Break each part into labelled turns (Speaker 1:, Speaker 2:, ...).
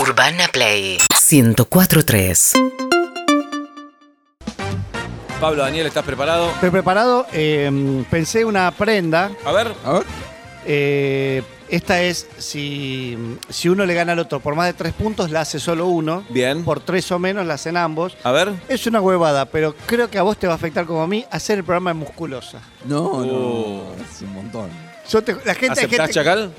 Speaker 1: Urbana Play 1043.
Speaker 2: Pablo, Daniel, ¿estás preparado?
Speaker 3: Estoy preparado. eh, pensé una prenda.
Speaker 2: A ver,
Speaker 4: A ver.
Speaker 3: eh, esta es si, si uno le gana al otro por más de tres puntos, la hace solo uno.
Speaker 2: bien.
Speaker 3: Por tres o menos, la hacen ambos.
Speaker 2: A ver.
Speaker 3: Es una huevada, pero creo que a vos te va a afectar como a mí hacer el programa de musculosa.
Speaker 4: No,
Speaker 2: Oh.
Speaker 4: no. Es un montón.
Speaker 3: Yo te- la gente, hay
Speaker 2: ¿Aceptás
Speaker 3: gente-
Speaker 2: Chacal?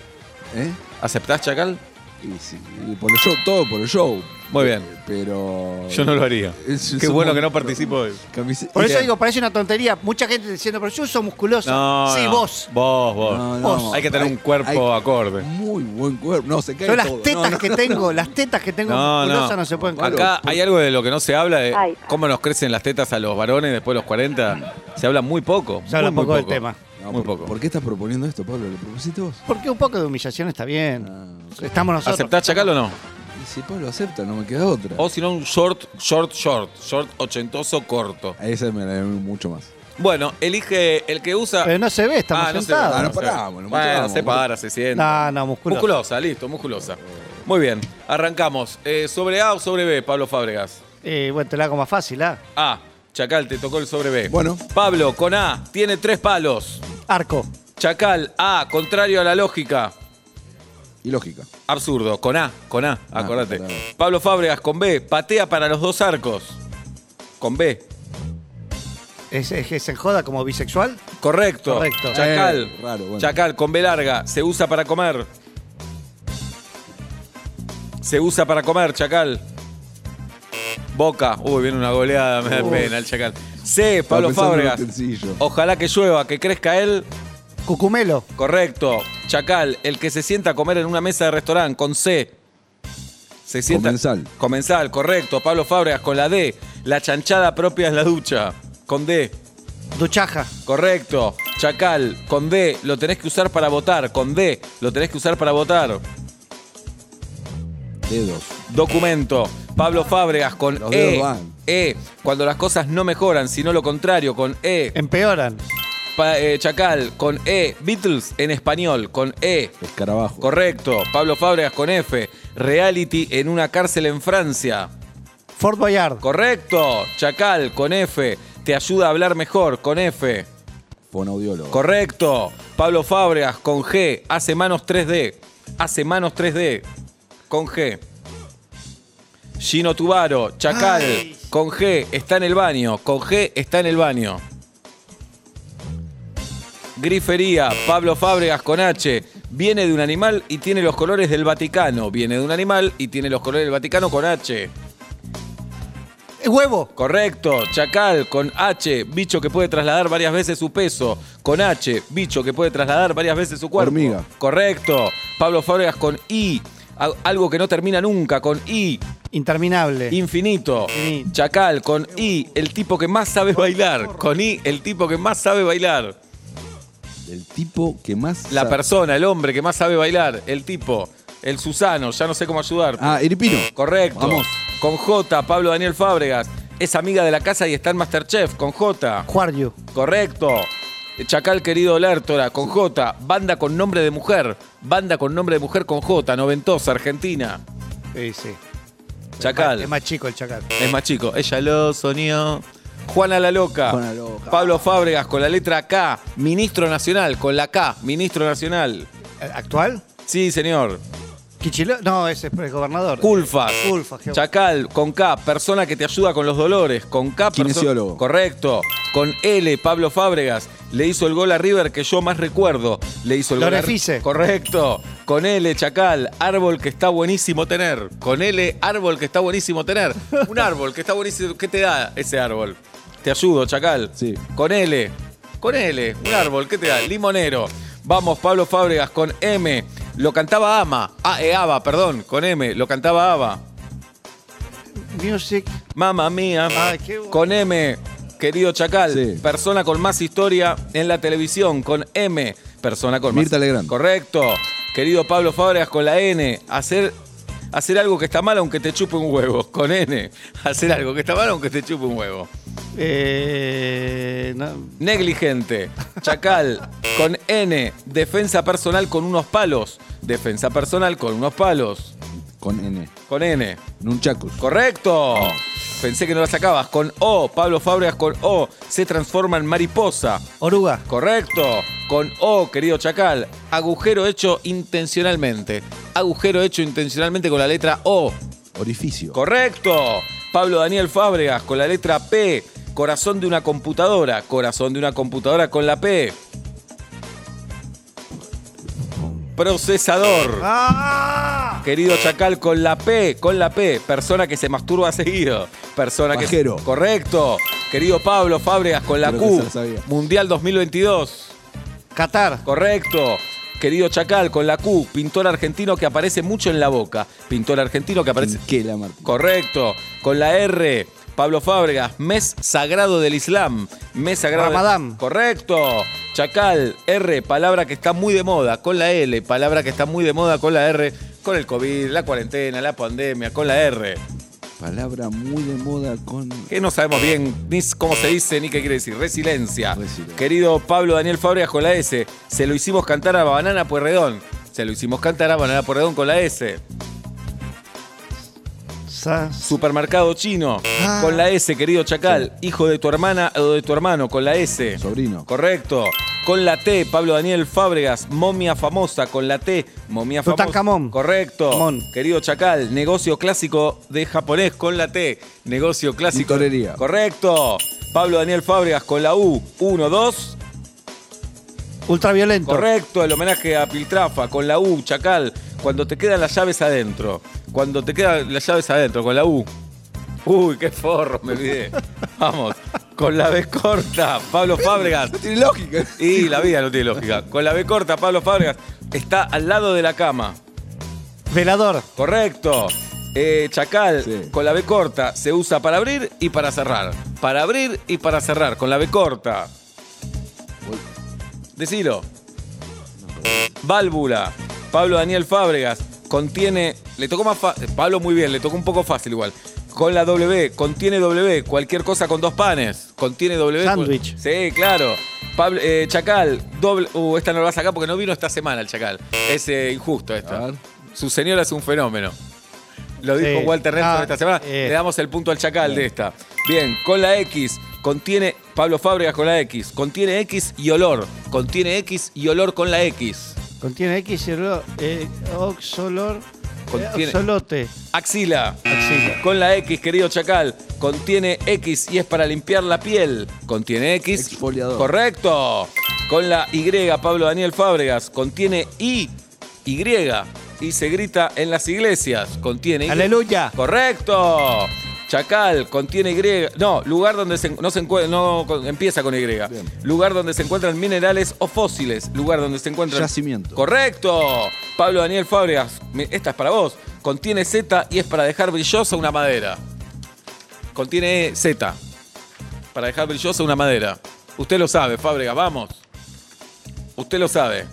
Speaker 4: ¿Eh?
Speaker 2: ¿Aceptás Chacal?
Speaker 4: Y, sí, y por el show, todo por el show. Eh,
Speaker 2: Muy bien.
Speaker 4: Pero.
Speaker 2: Yo no lo haría.
Speaker 4: Es- es
Speaker 2: Qué
Speaker 4: un
Speaker 2: bueno que no
Speaker 4: montón.
Speaker 2: participo hoy.
Speaker 4: Camiseta-
Speaker 3: Por eso
Speaker 2: Bien.
Speaker 3: digo, parece una tontería. Mucha gente diciendo, pero yo uso musculosa.
Speaker 2: No.
Speaker 3: sí,
Speaker 2: no.
Speaker 3: vos.
Speaker 2: Vos, vos.
Speaker 4: No,
Speaker 3: Vos.
Speaker 4: no.
Speaker 2: Hay que tener un cuerpo
Speaker 4: hay-
Speaker 2: acorde.
Speaker 4: Muy buen cuerpo. No, se cae
Speaker 3: Yo las
Speaker 4: todo. No,
Speaker 3: tetas
Speaker 4: no,
Speaker 3: que
Speaker 4: no,
Speaker 3: tengo,
Speaker 4: no.
Speaker 3: las tetas que tengo
Speaker 2: No,
Speaker 3: musculosas
Speaker 2: no.
Speaker 3: no. se pueden
Speaker 4: Claro.
Speaker 2: Acá hay algo de lo que no se habla, de
Speaker 5: Ay.
Speaker 2: cómo nos crecen las tetas a los varones después de los 40. Se habla muy poco.
Speaker 3: Se habla
Speaker 2: muy, muy
Speaker 3: poco del tema.
Speaker 4: No,
Speaker 2: muy
Speaker 4: por-
Speaker 2: poco.
Speaker 4: ¿Por qué estás proponiendo esto, Pablo? ¿Lo propusiste vos?
Speaker 3: Porque un poco de humillación está bien.
Speaker 4: Ah.
Speaker 3: Estamos nosotros.
Speaker 2: ¿Aceptás Chacal o no?
Speaker 4: Y si Pablo acepta, no me queda otra.
Speaker 2: O si no, un short, short, short. Short ochentoso corto.
Speaker 4: A esa me la debe mucho más.
Speaker 2: Bueno, elige el que usa.
Speaker 3: Pero no se ve, estamos
Speaker 2: Ah, no se-
Speaker 3: sentados.
Speaker 4: Ah,
Speaker 2: no
Speaker 4: no
Speaker 2: se ve.
Speaker 4: paramos, no
Speaker 2: Bueno,
Speaker 4: paramos.
Speaker 2: se para, se sienta.
Speaker 3: No, no, musculosa.
Speaker 2: Musculosa, listo, musculosa. Muy bien, arrancamos. Eh, ¿Sobre A o sobre B, Pablo Fábregas?
Speaker 3: Eh, bueno, te la hago más fácil, ¿ah?
Speaker 2: A. Chacal, te tocó el sobre B.
Speaker 4: Bueno.
Speaker 2: Pablo, con A, tiene tres palos.
Speaker 3: Arco.
Speaker 2: Chacal, A, contrario a la lógica.
Speaker 4: Y lógica.
Speaker 2: Absurdo. Con A, con A,
Speaker 4: Ah,
Speaker 2: acordate.
Speaker 4: claro.
Speaker 2: Pablo Fábregas, con B, patea para los dos arcos. Con B.
Speaker 3: ¿Es, es, es en joda como bisexual?
Speaker 2: Correcto.
Speaker 3: Correcto.
Speaker 2: Chacal.
Speaker 4: Eh, raro, bueno.
Speaker 2: Chacal, con B larga, se usa para comer. Se usa para comer, chacal. Boca. Uy, viene una goleada, me da
Speaker 4: Uy.
Speaker 2: pena el chacal. C, Pablo
Speaker 4: Estaba pensando en
Speaker 2: Fábregas.
Speaker 4: un utensilio.
Speaker 2: Ojalá que llueva, que crezca él.
Speaker 3: Cucumelo.
Speaker 2: Correcto. Chacal, el que se sienta a comer en una mesa de restaurante con C. Se sienta.
Speaker 4: Comensal.
Speaker 2: Comensal, correcto. Pablo Fábregas con la D. La chanchada propia es la ducha. Con D.
Speaker 3: Duchaja.
Speaker 2: Correcto. Chacal, con D, lo tenés que usar para votar. Con D, lo tenés que usar para votar.
Speaker 4: Dedos.
Speaker 2: Documento. Pablo Fábregas con
Speaker 4: Los
Speaker 2: E.
Speaker 4: dedos van.
Speaker 2: E. Cuando las cosas no mejoran, sino lo contrario, con E.
Speaker 3: Empeoran.
Speaker 2: Pa- eh, Chacal, con E. Beatles en español, con E.
Speaker 4: Escarabajo.
Speaker 2: Correcto. Pablo Fábregas con F. Reality en una cárcel en Francia.
Speaker 3: Fort Boyard.
Speaker 2: Correcto. Chacal, con F. Te ayuda a hablar mejor, con F.
Speaker 4: Fonaudiólogo.
Speaker 2: Correcto. Pablo Fábregas con G. Hace manos 3D. Hace manos 3D. Con G. Gino Tubaro, Chacal,
Speaker 3: Ay.
Speaker 2: con G, está en el baño, con G, está en el baño. Grifería, Pablo Fábregas con H, viene de un animal y tiene los colores del Vaticano, viene de un animal y tiene los colores del Vaticano con H.
Speaker 3: Eh, Huevo.
Speaker 2: Correcto, chacal con H, bicho que puede trasladar varias veces su peso. Con H, bicho que puede trasladar varias veces su cuerpo.
Speaker 4: Hormiga.
Speaker 2: Correcto. Pablo Fábregas con I, a- algo que no termina nunca, con I,
Speaker 3: Interminable.
Speaker 2: infinito.
Speaker 3: Infinito.
Speaker 2: Chacal con I, el tipo que más sabe bailar. Con I, el tipo que más sabe bailar.
Speaker 4: El tipo que más.
Speaker 2: La
Speaker 4: sa-
Speaker 2: persona, el hombre que más sabe bailar. El tipo, el Susano, ya no sé cómo ayudarte.
Speaker 4: Ah, Iripino.
Speaker 2: Correcto.
Speaker 4: Vamos.
Speaker 2: Con J, Pablo Daniel Fábregas. Es amiga de la casa y está en Masterchef, con J.
Speaker 3: Juario.
Speaker 2: Correcto. Chacal querido Lértora con J. Banda con nombre de mujer. Banda con nombre de mujer con J. Noventosa, Argentina.
Speaker 3: Sí, sí.
Speaker 2: Chacal.
Speaker 3: Es más chico el chacal.
Speaker 2: Es más chico. Ella lo soñó. Juana la Loca.
Speaker 4: Juana la Loca.
Speaker 2: Pablo Fábregas con la letra K. Ministro Nacional con la K. Ministro Nacional.
Speaker 3: Eh, ¿Actual?
Speaker 2: Sí, señor.
Speaker 3: Quichiló. No, ese es el gobernador.
Speaker 2: Culfas.
Speaker 3: Culfas, qué-
Speaker 2: Chacal, con K, persona que te ayuda con los dolores. Con K, perso-
Speaker 4: Kinesiólogo.
Speaker 2: Correcto. Con L, Pablo Fábregas. Le hizo el gol a River que yo más recuerdo. Le hizo el gol a-
Speaker 3: Lorefice.
Speaker 2: Correcto. Con L, Chacal, árbol que está buenísimo tener. Con L, árbol que está buenísimo tener. Un árbol que está buenísimo. ¿Qué te da ese árbol? Te ayudo, Chacal.
Speaker 4: Sí.
Speaker 2: Con L. Con L. Un árbol. ¿Qué te da? Limonero. Vamos, Pablo Fábregas con M. Lo cantaba Ama. Ah, eh, Ava, perdón. Con M. Lo cantaba Ava.
Speaker 3: Music.
Speaker 2: Mamma mía.
Speaker 3: Ay, qué bueno.
Speaker 2: Con M. Querido Chacal.
Speaker 4: Sí.
Speaker 2: Persona con más historia en la televisión. Con M. Persona con
Speaker 4: Mirta
Speaker 2: más.
Speaker 4: Legrand.
Speaker 2: Correcto. Querido Pablo Fábregas con la N. Hacer. Hacer algo que está mal aunque te chupe un huevo. Con N. Hacer algo que está mal aunque te chupe un huevo.
Speaker 3: Eh, no,
Speaker 2: Negligente, chacal, con N, defensa personal con unos palos. Defensa personal con unos palos.
Speaker 4: con N.
Speaker 2: Con N.
Speaker 4: Nunchakus.
Speaker 2: Correcto. Pensé que no la sacabas. Con O. Pablo Fábregas con O. Se transforma en mariposa.
Speaker 3: Oruga.
Speaker 2: Correcto. Con O, querido chacal. Agujero hecho intencionalmente. Agujero hecho intencionalmente con la letra O.
Speaker 4: Orificio.
Speaker 2: Correcto. Pablo Daniel Fábregas con la letra P. Corazón de una computadora. Corazón de una computadora con la P. Procesador.
Speaker 3: ¡Ah!
Speaker 2: Querido chacal con la P, con la P. Persona que se masturba seguido. Persona
Speaker 4: Pajero.
Speaker 2: que. Correcto. Querido Pablo Fábregas con la
Speaker 4: Creo que
Speaker 2: Q.
Speaker 4: se la sabía.
Speaker 2: Mundial 2022.
Speaker 3: Qatar.
Speaker 2: Correcto. Querido Chacal, con la Q, pintor argentino que aparece mucho en la boca. Pintor argentino que aparece.
Speaker 4: Quinquela Martín.
Speaker 2: Correcto. Con la R, Pablo Fábregas, mes sagrado del Islam. Mes sagrado. del-
Speaker 3: Ramadán.
Speaker 2: Correcto. Chacal, R, palabra que está muy de moda. Con la L, palabra que está muy de moda con la R. Con el COVID, la cuarentena, la pandemia, con la R.
Speaker 4: Palabra muy de moda con.
Speaker 2: Que no sabemos bien ni cómo se dice ni qué quiere decir. Resiliencia.
Speaker 4: Resiliencia.
Speaker 2: Querido Pablo Daniel Fábregas con la S. Se lo hicimos cantar a Banana Puerredón. Se lo hicimos cantar a Banana Puerredón con la S.
Speaker 3: Sa-
Speaker 2: Supermercado chino
Speaker 3: Ah.
Speaker 2: con la S, querido Chacal. Hijo de tu hermana o de tu hermano con la S.
Speaker 4: Sobrino.
Speaker 2: Correcto. Con la T, Pablo Daniel Fábregas, momia famosa, con la T, momia famosa.
Speaker 3: Tutankamón.
Speaker 2: Correcto.
Speaker 3: Mon.
Speaker 2: Querido Chacal, negocio clásico de japonés con la T. Negocio clásico.
Speaker 4: Tintorería.
Speaker 2: Correcto. Pablo Daniel Fábregas con la U. 1, 2.
Speaker 3: Ultraviolento.
Speaker 2: Correcto, el homenaje a Piltrafa con la U, Chacal. Cuando te quedan las llaves adentro. Cuando te quedan las llaves adentro, con la U. Uy, qué forro, me olvidé. Vamos, con la B corta, Pablo Fábregas.
Speaker 4: Tiene lógica.
Speaker 2: Y la vida no tiene lógica. Con la B corta, Pablo Fábregas está al lado de la cama.
Speaker 3: Velador.
Speaker 2: Correcto. Eh, chacal,
Speaker 4: Sí.
Speaker 2: con la B corta se usa para abrir y para cerrar. Para abrir y para cerrar, con la B corta. Decilo. Válvula. Pablo Daniel Fábregas contiene. Le tocó más fácil. Pablo muy bien, le tocó un poco fácil igual. Con la W, contiene W, cualquier cosa con dos panes. Contiene W.
Speaker 3: Sándwich.
Speaker 2: Sí, claro. Pablo, eh, Chacal, doble. Uh, esta no la vas a sacar porque no vino esta semana el Chacal. Es eh, injusto
Speaker 4: A
Speaker 2: esta.
Speaker 4: ver.
Speaker 2: Su señora es un fenómeno. Lo
Speaker 3: Sí.
Speaker 2: dijo Walter Renzo
Speaker 3: Ah,
Speaker 2: esta semana.
Speaker 3: eh.
Speaker 2: Le damos el punto al Chacal de esta. Bien, con la X, contiene. Pablo Fábregas con la X. Contiene X y olor. Contiene X y olor con la X.
Speaker 3: Contiene X y olor, eh, oxolor.
Speaker 2: Contiene-
Speaker 3: eh, oxolote.
Speaker 2: Axila.
Speaker 3: Axila.
Speaker 2: Con la X, querido Chacal. Contiene X y es para limpiar la piel. Contiene X.
Speaker 4: Exfoliador.
Speaker 2: Correcto. Con la Y, Pablo Daniel Fábregas. Contiene I. Y. Y se grita en las iglesias. Contiene Y.
Speaker 3: Aleluya.
Speaker 2: Correcto. Chacal contiene Y. No, lugar donde se, no se encuentra. No con- empieza con Y. Lugar donde se encuentran minerales o fósiles. Lugar donde se encuentran.
Speaker 4: Yacimiento.
Speaker 2: Correcto. Pablo Daniel Fábregas. mi- Esta es para vos. Contiene Z y es para dejar brillosa una madera. Contiene E, Z. Para dejar brillosa una madera. Usted lo sabe, Fábregas. Vamos. Usted lo sabe.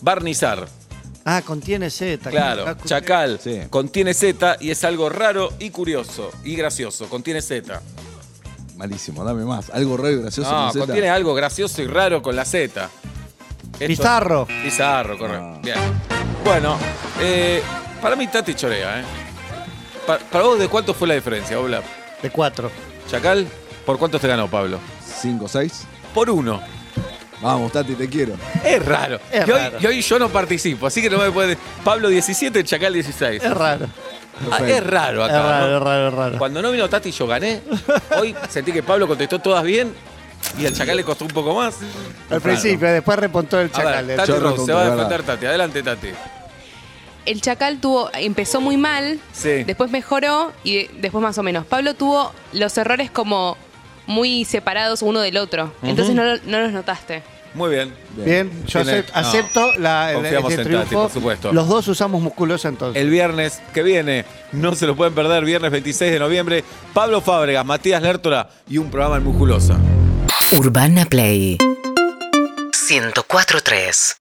Speaker 2: Barnizar.
Speaker 3: Ah, contiene Z.
Speaker 2: Claro,
Speaker 3: Ah,
Speaker 2: chacal
Speaker 4: Sí.
Speaker 2: contiene Z y es algo raro y curioso y gracioso. Contiene Z.
Speaker 4: Malísimo, dame más. Algo re gracioso.
Speaker 2: No,
Speaker 4: con Z.
Speaker 2: contiene algo gracioso y raro con la Z. Esto-
Speaker 3: Pizarro.
Speaker 2: Pizarro, correcto.
Speaker 4: No.
Speaker 2: Bien. Bueno, eh, para mí Tati chorea, ¿eh? Pa- Para, vos, ¿de cuánto fue la diferencia, Obla?
Speaker 3: De cuatro.
Speaker 2: Chacal, ¿por cuánto te ganó, Pablo?
Speaker 4: Cinco, seis.
Speaker 2: Por uno.
Speaker 4: Vamos, Tati, te quiero.
Speaker 2: Es raro.
Speaker 3: Es
Speaker 2: y, hoy,
Speaker 3: raro.
Speaker 2: y hoy yo no participo, así que no me puede. Pablo 17, Chacal 16.
Speaker 3: Es raro.
Speaker 2: Ah,
Speaker 4: Perfecto.
Speaker 2: es raro
Speaker 3: Es
Speaker 2: acá. ¿no?
Speaker 3: raro, es raro, es raro.
Speaker 2: Cuando no vino Tati yo gané. Hoy sentí que Pablo contestó todas bien y al Chacal le costó un poco más.
Speaker 3: Al principio, después repontó el
Speaker 2: A ver,
Speaker 3: chacal.
Speaker 2: Tati
Speaker 4: Chorro
Speaker 2: Rose,
Speaker 4: con
Speaker 2: se va a
Speaker 4: cagada.
Speaker 2: defender Tati. Adelante, Tati.
Speaker 5: El Chacal tuvo, empezó muy mal,
Speaker 2: Sí.
Speaker 5: después mejoró y de- después más o menos. Pablo tuvo los errores como muy separados uno del otro. Entonces no, lo- no los notaste.
Speaker 2: Muy bien.
Speaker 3: Bien, yo
Speaker 2: Tiene-
Speaker 3: acep- acepto
Speaker 2: no.
Speaker 3: la, el,
Speaker 2: Confiamos
Speaker 3: este
Speaker 2: en
Speaker 3: triunfo.
Speaker 2: Tati, por supuesto.
Speaker 3: Los dos usamos musculosa entonces.
Speaker 2: El viernes que viene, no se lo pueden perder, viernes 26 de noviembre, Pablo Fábregas, Matías Lertora y un programa en Musculosa.
Speaker 1: Urbana Play 104.3